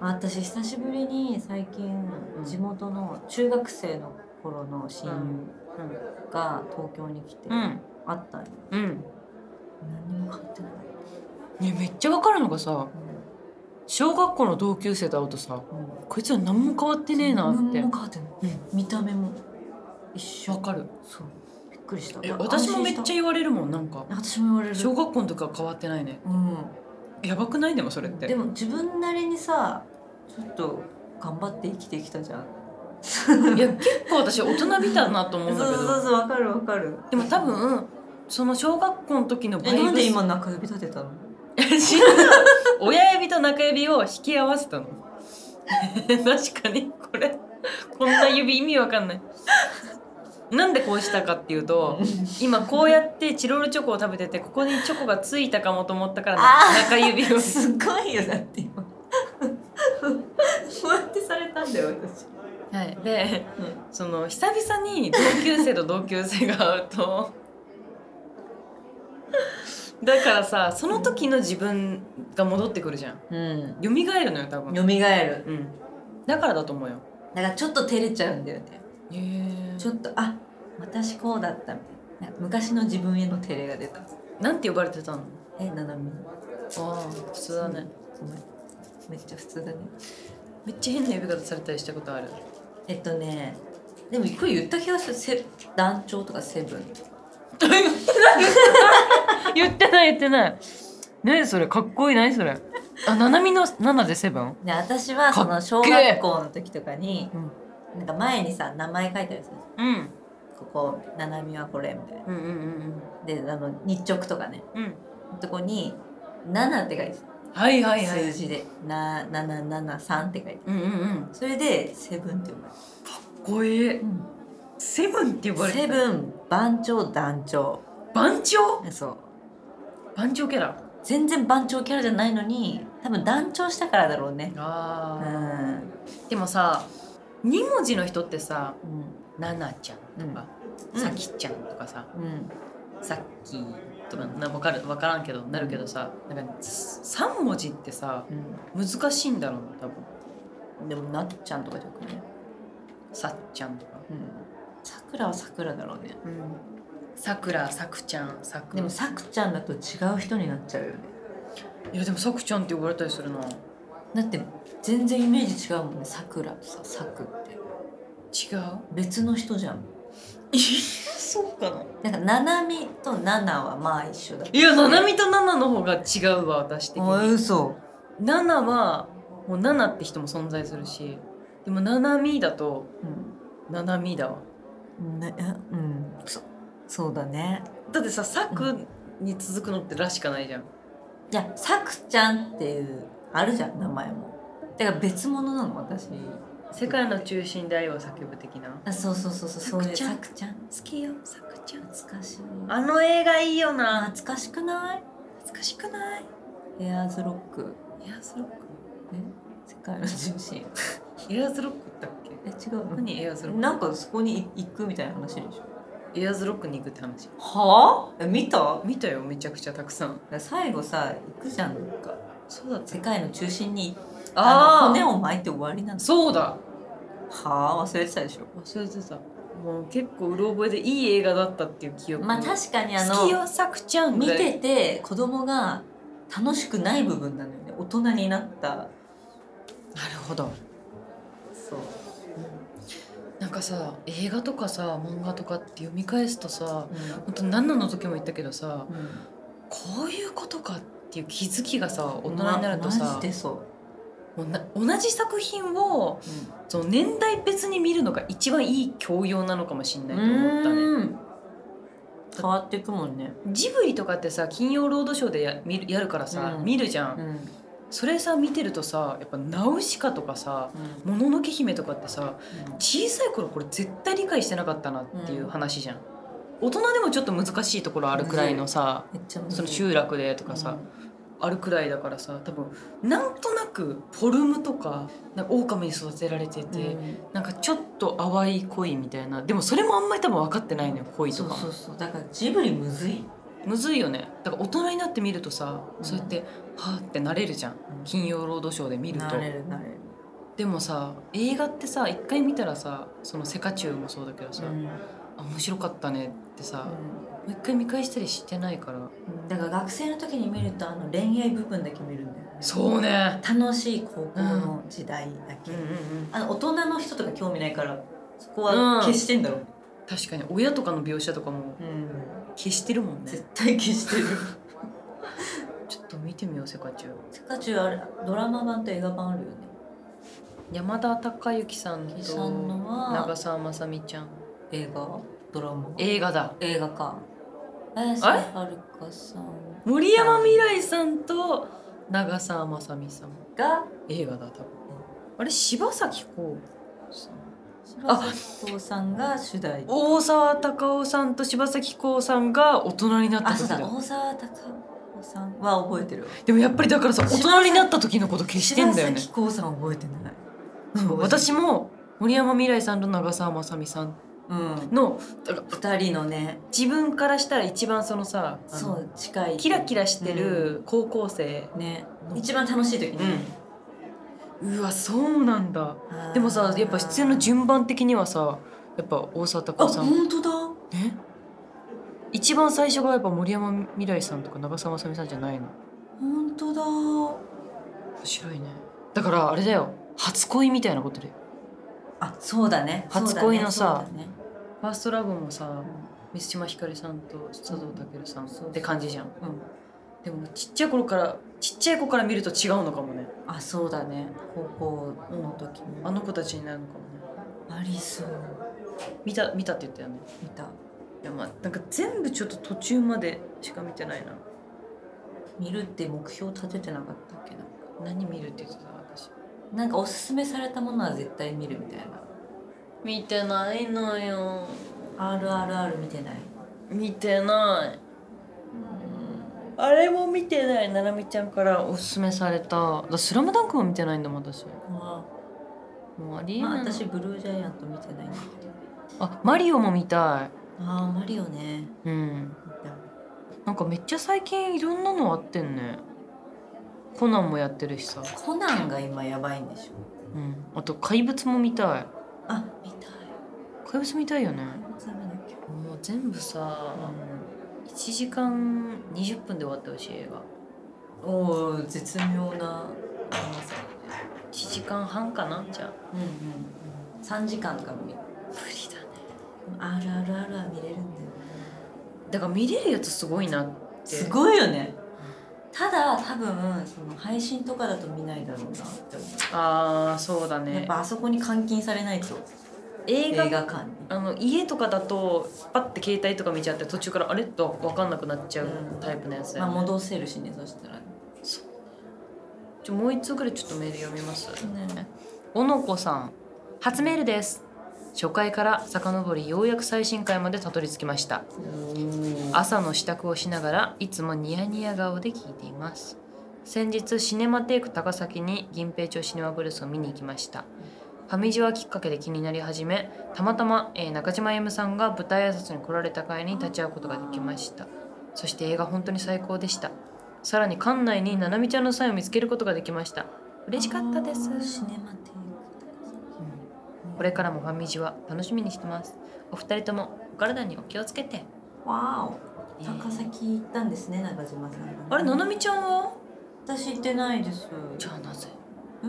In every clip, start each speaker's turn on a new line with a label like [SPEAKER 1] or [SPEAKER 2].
[SPEAKER 1] 私久しぶりに最近
[SPEAKER 2] うん
[SPEAKER 1] 地元の中学生の頃の親友が東京に来て
[SPEAKER 2] うん
[SPEAKER 1] 会ったの
[SPEAKER 2] うん
[SPEAKER 1] 何にも変わってなかっ
[SPEAKER 2] ねめっちゃわかるのがさ
[SPEAKER 1] たう
[SPEAKER 2] 小学校の同級生と会うとさ
[SPEAKER 1] んうん
[SPEAKER 2] こいつは何も変わってねえなって
[SPEAKER 1] 何も変わってない、見た目も一緒
[SPEAKER 2] わかる
[SPEAKER 1] そうびっくりした
[SPEAKER 2] え私もめっちゃ
[SPEAKER 1] ゃ
[SPEAKER 2] 言われるもんなんか
[SPEAKER 1] 私も言われる
[SPEAKER 2] 小学校の時から変わってないね
[SPEAKER 1] う
[SPEAKER 2] やばくないでもそれっ
[SPEAKER 1] んで
[SPEAKER 2] て
[SPEAKER 1] も自分なりにさちょっと頑張って生きてきたじゃん
[SPEAKER 2] いや結構私大人びたなと思
[SPEAKER 1] そううん
[SPEAKER 2] だけ
[SPEAKER 1] そう
[SPEAKER 2] ど
[SPEAKER 1] そうわかるわかる
[SPEAKER 2] でも多分その小学校の時のバ
[SPEAKER 1] え
[SPEAKER 2] イブス
[SPEAKER 1] なんで今中指立てたの
[SPEAKER 2] 知らない親指と中指を引き合わせたの 確かにこれこんな指意味わかんないなんでこうしたかっていうと今こうやってチロルチョコを食べててここにチョコがついたかもと思ったから
[SPEAKER 1] あー
[SPEAKER 2] 中指を
[SPEAKER 1] すごいよだって今そうやってされたんだよ私、
[SPEAKER 2] はい、で
[SPEAKER 1] うん、
[SPEAKER 2] その久々に同級生と同級生が会うとだからさその時の自分が戻ってくるじゃん
[SPEAKER 1] うん
[SPEAKER 2] 蘇るのよ多分
[SPEAKER 1] よみがえる
[SPEAKER 2] うんだからだと思うよ
[SPEAKER 1] だからちょっと照れちゃうんだよね
[SPEAKER 2] へえ
[SPEAKER 1] ちょっとあ私こうだったみたいな昔の自分への照れが出た
[SPEAKER 2] なんて呼ばれてたの
[SPEAKER 1] えななみ
[SPEAKER 2] ああ普通だね、
[SPEAKER 1] ごめんめっちゃ普通だね
[SPEAKER 2] めっちゃ変な呼び方されたりしたことある
[SPEAKER 1] えっとねでもこれ言った気がするセ団長とかセブン
[SPEAKER 2] 言ってない言ってない何それかっこいい何それあななみの7でセブン
[SPEAKER 1] で私はその
[SPEAKER 2] かっけえ
[SPEAKER 1] 小学校の時とかに
[SPEAKER 2] うん、
[SPEAKER 1] なんか前にさ名前書いてあるさ
[SPEAKER 2] うん、
[SPEAKER 1] ここななみはこれみたいな
[SPEAKER 2] うんうん
[SPEAKER 1] であの日直とかね
[SPEAKER 2] うんうん
[SPEAKER 1] とこに7って書いて
[SPEAKER 2] はいは
[SPEAKER 1] た
[SPEAKER 2] いはい
[SPEAKER 1] 数字でな773って書いて
[SPEAKER 2] うんうんうんか
[SPEAKER 1] それでセブンって呼ばれた
[SPEAKER 2] っこいい
[SPEAKER 1] うん
[SPEAKER 2] セブンって呼ばれて
[SPEAKER 1] セ
[SPEAKER 2] た
[SPEAKER 1] ブン番長団長
[SPEAKER 2] 番長
[SPEAKER 1] そう
[SPEAKER 2] 番長キャラ
[SPEAKER 1] 全然番長キャラじゃないのに多分団長したからだろうねう
[SPEAKER 2] あ
[SPEAKER 1] ん
[SPEAKER 2] ーでもさ2文字の人ってさ
[SPEAKER 1] うん
[SPEAKER 2] 「ななちゃん」とか「
[SPEAKER 1] うん
[SPEAKER 2] さきちゃん」とかさ
[SPEAKER 1] うん
[SPEAKER 2] さっきとかな分かる分からんけどなるけどさなんか3文字ってさ難しいんだろうな多分
[SPEAKER 1] うんでもなっちゃんとかじゃなくね
[SPEAKER 2] さっちゃんとか
[SPEAKER 1] うんさくらはさくらだろうね
[SPEAKER 2] うんさくらさくちゃんさく
[SPEAKER 1] でもさくちゃんだと違う人になっちゃうよね
[SPEAKER 2] いやでもさくちゃんって呼ばれたりするな
[SPEAKER 1] だって全然イメージ違うもんねさくらとささくって
[SPEAKER 2] 違う
[SPEAKER 1] 別の人じゃん
[SPEAKER 2] そうか
[SPEAKER 1] な
[SPEAKER 2] な
[SPEAKER 1] んかななみとななはまあ一緒だ
[SPEAKER 2] いやななみとななの方が違うわ私的に
[SPEAKER 1] 嘘
[SPEAKER 2] ななはもうななって人も存在するしでもななみだとななみだわ
[SPEAKER 1] うんねうんそそうだね
[SPEAKER 2] だってささくに続くのってらしかないじゃん
[SPEAKER 1] いやさくちゃんっていうあるじゃん名前もだから別物なの私
[SPEAKER 2] 世界の中心で愛を叫ぶ的な
[SPEAKER 1] あそうそうそうそうそういうさ
[SPEAKER 2] さ
[SPEAKER 1] くちゃん
[SPEAKER 2] 好きよさくちゃん
[SPEAKER 1] 懐かしい
[SPEAKER 2] あの映画いいよな
[SPEAKER 1] 懐かしくない
[SPEAKER 2] 懐かしくない
[SPEAKER 1] エアーズロック
[SPEAKER 2] エアーズロック
[SPEAKER 1] え世界の中心
[SPEAKER 2] エアーズロックだっけ
[SPEAKER 1] え違うの
[SPEAKER 2] 何エアーズロック
[SPEAKER 1] なんかそこに行くみたいな話でしょ
[SPEAKER 2] エアーズロックに行くって話
[SPEAKER 1] はあ見た
[SPEAKER 2] 見たよめちゃくちゃたくさん
[SPEAKER 1] 最後さ行くじゃんなんか
[SPEAKER 2] そうだった
[SPEAKER 1] 世界の中心にあの
[SPEAKER 2] あ
[SPEAKER 1] 骨
[SPEAKER 2] あ
[SPEAKER 1] を巻いて終わりなんです
[SPEAKER 2] そうだ
[SPEAKER 1] はあ忘れてたでしょ
[SPEAKER 2] 忘れてたもう結構うろ覚えでいい映画だったっていう記憶
[SPEAKER 1] まあ確かにあ
[SPEAKER 2] 好き
[SPEAKER 1] の
[SPEAKER 2] よさくちゃん
[SPEAKER 1] 見
[SPEAKER 2] ぐらい
[SPEAKER 1] てて子供が楽しくない部分なのよね大人になった
[SPEAKER 2] なるほど
[SPEAKER 1] そう
[SPEAKER 2] なんかさ映画とかさ漫画とかって読み返すとさ
[SPEAKER 1] う
[SPEAKER 2] ほんと何なの時も言ったけどさ
[SPEAKER 1] ん、
[SPEAKER 2] こういうことかっていう気づきがさ大
[SPEAKER 1] うん、
[SPEAKER 2] 人になると
[SPEAKER 1] ま
[SPEAKER 2] さ
[SPEAKER 1] マジでそ
[SPEAKER 2] もうな同じ作品を
[SPEAKER 1] う、
[SPEAKER 2] その年代別に見るのが一番いい教養なのかもしれ
[SPEAKER 1] う
[SPEAKER 2] ないと思ったね
[SPEAKER 1] ん変わっていくもんね
[SPEAKER 2] ジブリとかってさ金曜ロードショーでや見るやるからさ、
[SPEAKER 1] うん
[SPEAKER 2] 見るじゃん、
[SPEAKER 1] うん、うん、
[SPEAKER 2] それさ見てるとさやっぱナウシカとかさもののけ姫とかってさ小さい頃これ絶対理解してなかったなっていう話じゃん、大人でもちょっと難しいところあるくらいのさ
[SPEAKER 1] めっちゃ
[SPEAKER 2] その集落でとかさ、あるくらいだからさ多分なんとなくフォルムとかなんか狼に育てられて
[SPEAKER 1] うん
[SPEAKER 2] て、
[SPEAKER 1] うん
[SPEAKER 2] なんかちょっと淡い恋みたいなでもそれもあんまり多分分かってないのよ恋
[SPEAKER 1] そう
[SPEAKER 2] とかも
[SPEAKER 1] そうそうだからジブリむずい
[SPEAKER 2] むずいよねだから大人になって見るとさ、
[SPEAKER 1] うん
[SPEAKER 2] そうやってはあってなれるじゃん「金曜ロードショー」で見ると
[SPEAKER 1] なれるなれる、
[SPEAKER 2] でもさ映画ってさ一回見たらさその「セカチュウ」もそうだけどさ、
[SPEAKER 1] うん
[SPEAKER 2] あ面白かったねってさ、もう一回見返したりしてないから
[SPEAKER 1] うんだから学生の時に見るとあの恋愛部分だけ見るんだよね
[SPEAKER 2] そうね
[SPEAKER 1] 楽しい高校の時代だけ、あの大人の人とか興味ないからそこは消してんだろう、
[SPEAKER 2] 確かに親とかの描写とかも
[SPEAKER 1] うん
[SPEAKER 2] 消してるもんね
[SPEAKER 1] 絶対消してる
[SPEAKER 2] ちょっと見てみようセカチュウ
[SPEAKER 1] セカチュウあれドラマ版と映画版あるよね
[SPEAKER 2] 山田孝之さんと
[SPEAKER 1] さんのは
[SPEAKER 2] 長澤まさみちゃん
[SPEAKER 1] 映画ドラマ
[SPEAKER 2] 映画だ
[SPEAKER 1] 映画か綾瀬はるかさん
[SPEAKER 2] 森山未來さんと長澤まさみさん
[SPEAKER 1] が
[SPEAKER 2] 映画だ多分あれ柴咲コウさん
[SPEAKER 1] 柴咲コウさんが主題
[SPEAKER 2] 大沢たかおさんと柴咲コウさんが大人になった
[SPEAKER 1] あそう
[SPEAKER 2] 時
[SPEAKER 1] だ
[SPEAKER 2] だ
[SPEAKER 1] 大沢たかおさんは覚えてるわ
[SPEAKER 2] でもやっぱりだからさ大人になった時のこと消してんだよ
[SPEAKER 1] 柴
[SPEAKER 2] ね
[SPEAKER 1] 咲コウさん覚えてない
[SPEAKER 2] うん私も森山未來さんと長澤まさみさん
[SPEAKER 1] うん
[SPEAKER 2] のだから
[SPEAKER 1] 二人のね
[SPEAKER 2] 自分からしたら一番そのさあの
[SPEAKER 1] そう近い
[SPEAKER 2] キラキラしてる高校生、
[SPEAKER 1] ね一番楽しい時に
[SPEAKER 2] うわそうなんだでもさやっぱ出演の順番的にはさやっぱ大沢たか
[SPEAKER 1] あ
[SPEAKER 2] おさん
[SPEAKER 1] 本当だ
[SPEAKER 2] ね一番最初がやっぱ森山未來さんとか長澤まさみさんじゃないの
[SPEAKER 1] 本当だ
[SPEAKER 2] 面白いねだからあれだよ初恋みたいなことで
[SPEAKER 1] あそうだね
[SPEAKER 2] 初恋のさ
[SPEAKER 1] そうだね
[SPEAKER 2] ファーストラブもさ
[SPEAKER 1] そうだね
[SPEAKER 2] 水島ひかりさんと佐藤健さん
[SPEAKER 1] そうそう
[SPEAKER 2] って感じじゃん
[SPEAKER 1] うん
[SPEAKER 2] でもちっちゃい頃からちっちゃい子から見ると違うのかもね
[SPEAKER 1] あそうだね高校の時も
[SPEAKER 2] あの子たちになるのかもね
[SPEAKER 1] ありそう
[SPEAKER 2] 見た見たって言ったよね
[SPEAKER 1] 見た
[SPEAKER 2] いやまあなんか全部ちょっと途中までしか見てないな
[SPEAKER 1] 見るって目標立ててなかったっけな
[SPEAKER 2] 何見るって言ってた私
[SPEAKER 1] なんかおすすめされたものは絶対見るみたいな
[SPEAKER 2] 見てないのよ
[SPEAKER 1] RRR 見てない
[SPEAKER 2] 見てないあれも見てないななみちゃんからおすすめされただスラムダンクも見てないんだもん私
[SPEAKER 1] ま
[SPEAKER 2] もうありえ
[SPEAKER 1] あ
[SPEAKER 2] ない、
[SPEAKER 1] 私ブルージャイアント見てないんだけど
[SPEAKER 2] あマリオも見た
[SPEAKER 1] ああマリオね
[SPEAKER 2] いうん
[SPEAKER 1] 見た
[SPEAKER 2] なんかめっちゃ最近いろんなのあってんねコナンもやってるしさ、
[SPEAKER 1] コナンが今やばいんでしょ
[SPEAKER 2] うん、あと怪物も見たい
[SPEAKER 1] あ見たい
[SPEAKER 2] 怪物見たいよね
[SPEAKER 1] ダメだっけ
[SPEAKER 2] もう全部さ
[SPEAKER 1] う
[SPEAKER 2] 1時間20分で終わってほしい映画
[SPEAKER 1] んおお絶妙な甘さだね
[SPEAKER 2] 1時間半かなじゃあ
[SPEAKER 1] うんうん3時間とか無理
[SPEAKER 2] 無理だね
[SPEAKER 1] RRR は見れるんだよね
[SPEAKER 2] だから見れるやつすごいなって
[SPEAKER 1] すごいよねただ多分その配信とかだと見ないだろうなって思
[SPEAKER 2] ああそうだ
[SPEAKER 1] う、やっ
[SPEAKER 2] ね
[SPEAKER 1] ぱあそこに監禁されないと
[SPEAKER 2] 映
[SPEAKER 1] 映
[SPEAKER 2] 画
[SPEAKER 1] 画館に
[SPEAKER 2] あの家とかだとパッて携帯とか見ちゃって途中からあれと分かんなくなっちゃうタイプのやつだ
[SPEAKER 1] ま
[SPEAKER 2] よ
[SPEAKER 1] あ、
[SPEAKER 2] ね、
[SPEAKER 1] 戻せるしねそしたらね
[SPEAKER 2] ちょもう一通ぐらいちょっとメール読みますおのこさん初メールです初回から遡りようやく最新回までたどり着きました朝の支度をしながらいつもニヤニヤ顔で聞いています先日シネマテイク高崎に銀平町シネマブルースを見に行きましたファミジュアきっかけで気になり始めたまたま、えー中島 M さんが舞台挨拶に来られた回に立ち会うことができましたそして映画本当に最高でしたさらに館内にななみちゃんのサインを見つけることができました嬉しかったです
[SPEAKER 1] シネマテイク
[SPEAKER 2] これからもファミジは楽しみにしてます。お二人ともお体にお気をつけて。
[SPEAKER 1] わお
[SPEAKER 2] えー
[SPEAKER 1] 高崎行ったんですね中島さんがね、
[SPEAKER 2] あれ、ななみちゃんは
[SPEAKER 1] 私行ってないです
[SPEAKER 2] じゃあなぜ
[SPEAKER 1] え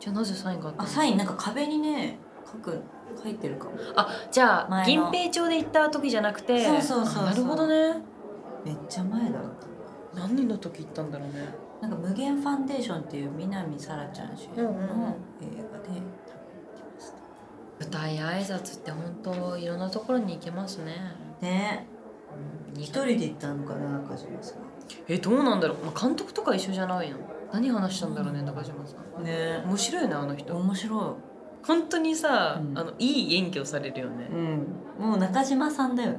[SPEAKER 2] じゃあなぜサインがあったの
[SPEAKER 1] あサインなんか壁にね書く書いてるかも
[SPEAKER 2] あじゃあ、
[SPEAKER 1] 前の
[SPEAKER 2] 銀平町で行った時じゃなくて。
[SPEAKER 1] そうそうそうそう
[SPEAKER 2] あなるほどね。
[SPEAKER 1] めっちゃ前だった
[SPEAKER 2] 何の時行ったんだろうね。
[SPEAKER 1] なんか無限ファンデーションっていう南沙羅ちゃん主演
[SPEAKER 2] うんうん
[SPEAKER 1] の映画で
[SPEAKER 2] 舞台挨拶って本当いろんなところに行けますね。
[SPEAKER 1] ね
[SPEAKER 2] うん
[SPEAKER 1] 一人で行ったのかな中島さん
[SPEAKER 2] え、どうなんだろう、まあ、監督とか一緒じゃないの何話したんだろうね、中島さん。
[SPEAKER 1] ね
[SPEAKER 2] 面白いね、あの人。
[SPEAKER 1] 面白
[SPEAKER 2] 本当にさ、
[SPEAKER 1] うん
[SPEAKER 2] あのいい演技をされるよね
[SPEAKER 1] い、。ん、もう中島さんだよね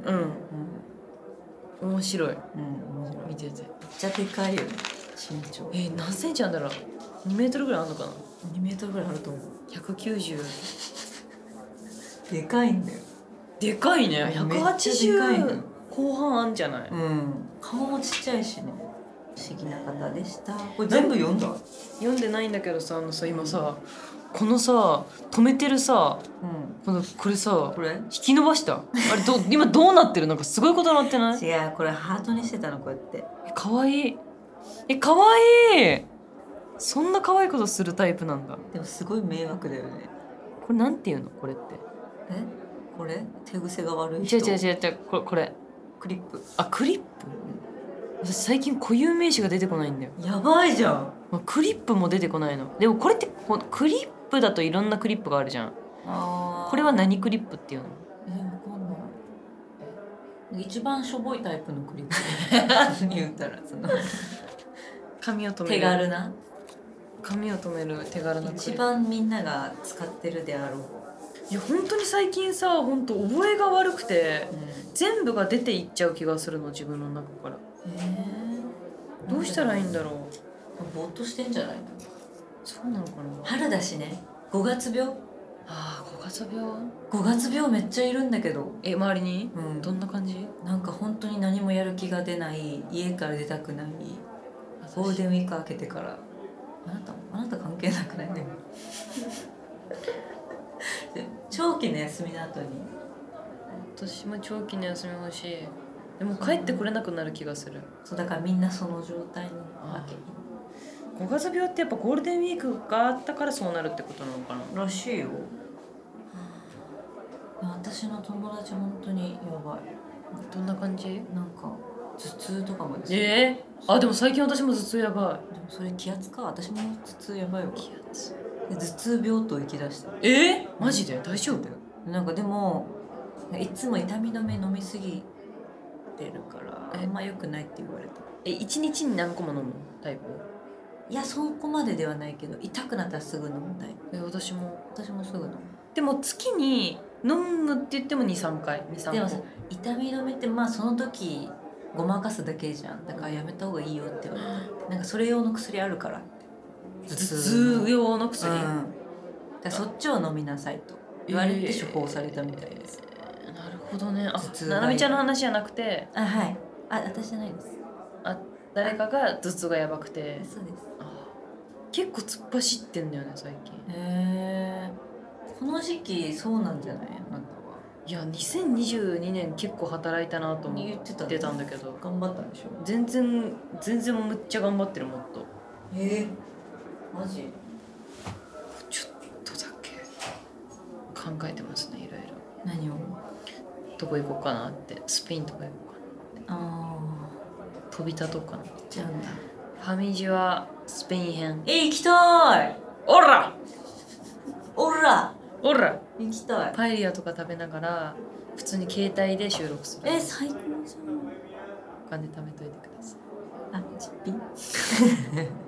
[SPEAKER 2] うん、面白い。
[SPEAKER 1] うん、うん、面白いめ
[SPEAKER 2] 見
[SPEAKER 1] って
[SPEAKER 2] て。
[SPEAKER 1] ちゃでかいよね身長
[SPEAKER 2] えー何センチあんだろう2メートルぐらいあんのかな
[SPEAKER 1] 2メートルぐらいあると思う
[SPEAKER 2] 190
[SPEAKER 1] でかいんだよ
[SPEAKER 2] でかいね
[SPEAKER 1] めっちゃでかいの
[SPEAKER 2] 180後半あんじゃない、
[SPEAKER 1] うん顔もちっちゃいしね不思議な方でしたこれ全部読んだう
[SPEAKER 2] 読んでないんだけどさあのさ今さこのさ止めてるさ
[SPEAKER 1] ん
[SPEAKER 2] このこれさ
[SPEAKER 1] これ
[SPEAKER 2] 引き伸ばしたあれど 今どうなってるなんかすごいことなってない
[SPEAKER 1] 違うこれハートにしてたのこうやって
[SPEAKER 2] えかわいいえかわいいそんなかわいいことするタイプなんだ
[SPEAKER 1] でもすごい迷惑だよね
[SPEAKER 2] これなんていうのこれって
[SPEAKER 1] えこれ手癖が悪い人
[SPEAKER 2] 違う違う違う違うこれこれ
[SPEAKER 1] クリップ
[SPEAKER 2] あクリップ私最近固有名詞が出てこないんだよ、
[SPEAKER 1] やばいじゃん
[SPEAKER 2] まあクリップも出てこないのでもこれってこうクリップだといろんなクリップがあるじゃん
[SPEAKER 1] あ
[SPEAKER 2] これは何クリップっていうの
[SPEAKER 1] えわかんない一番しょぼいタイプのクリップ 言ったらその
[SPEAKER 2] 髪を留め
[SPEAKER 1] 手
[SPEAKER 2] る
[SPEAKER 1] 軽な
[SPEAKER 2] 髪を留める手軽なクリ
[SPEAKER 1] 一
[SPEAKER 2] ップ
[SPEAKER 1] 番みんなが使ってるであろう、
[SPEAKER 2] いや本当に最近さ本当覚えが悪くて
[SPEAKER 1] うん
[SPEAKER 2] 全部が出ていっちゃう気がするの自分の中からどうしたらいいんだろう
[SPEAKER 1] ぼーっとしてんじゃない
[SPEAKER 2] そうなのかな
[SPEAKER 1] 春だしね5月病
[SPEAKER 2] ああ五月病
[SPEAKER 1] 5月病めっちゃいるんだけど、
[SPEAKER 2] え周りに
[SPEAKER 1] うん
[SPEAKER 2] どんな感じ
[SPEAKER 1] なんか本当に何もやる気が出ない家から出たくないゴールデンウィーク明けてからあなたあなた関係なくないでもで長期の休みの後に
[SPEAKER 2] 私も長期の休み欲しいでも帰ってこれなくなる気がする
[SPEAKER 1] そうだからみんなその状態なわけ
[SPEAKER 2] 五月病ってやっぱゴールデンウィークがあったからそうなるってことなのかな
[SPEAKER 1] らしいよ私の友達本当にやばい
[SPEAKER 2] どんな感じ
[SPEAKER 1] なんか頭痛とかもですで
[SPEAKER 2] えー、あでも最近私も頭痛やば
[SPEAKER 1] もそれ気圧か私も頭痛やばいわ
[SPEAKER 2] い気圧
[SPEAKER 1] で頭痛病と行き出した
[SPEAKER 2] えー、マジで大丈夫
[SPEAKER 1] なんかでもいつも痛み止め飲みすぎてるから
[SPEAKER 2] え
[SPEAKER 1] あんま良くないって言われた
[SPEAKER 2] え一日に何個も飲むタイプ
[SPEAKER 1] いやそこまでではないけど痛くなったらすぐ飲むタイプ
[SPEAKER 2] え私も
[SPEAKER 1] 私もすぐ飲む
[SPEAKER 2] でも月に飲むって言っても23回23個
[SPEAKER 1] でもさ痛み止めってまあその時ごまかすだけじゃんだからやめた方がいいよって言われたなんかそれ用の薬あるからって頭
[SPEAKER 2] 頭痛用の薬、
[SPEAKER 1] うん、だからそっちを飲みなさいと言われて処方されたみたいです、
[SPEAKER 2] えーなるほどねあ
[SPEAKER 1] 頭痛が
[SPEAKER 2] ななみちゃんの話じゃなくて
[SPEAKER 1] あはいあ私じゃないです
[SPEAKER 2] あ誰かが頭痛がやばくて
[SPEAKER 1] そうです
[SPEAKER 2] あ結構突っ走ってんだよね最近
[SPEAKER 1] へえこの時期そうなんじゃないあなたはい
[SPEAKER 2] や2022年結構働いたなと思
[SPEAKER 1] 言ってた
[SPEAKER 2] ってたんだけど
[SPEAKER 1] 頑張ったんでしょ
[SPEAKER 2] 全然全然むっちゃ頑張ってるもっと
[SPEAKER 1] ええマジ
[SPEAKER 2] ちょっとだけ考えてますねいろいろ
[SPEAKER 1] 何を
[SPEAKER 2] どこ行こうかなってスピンとか行こうか
[SPEAKER 1] あ
[SPEAKER 2] な飛び立とうかなフ
[SPEAKER 1] あじゃあ
[SPEAKER 2] ァミジはスペイン編
[SPEAKER 1] え行きたい
[SPEAKER 2] オラ
[SPEAKER 1] オラ
[SPEAKER 2] オラ
[SPEAKER 1] 行きたい
[SPEAKER 2] パエリアとか食べながら普通に携帯で収録する
[SPEAKER 1] え最高じゃん
[SPEAKER 2] お金貯めといてください
[SPEAKER 1] あ、実品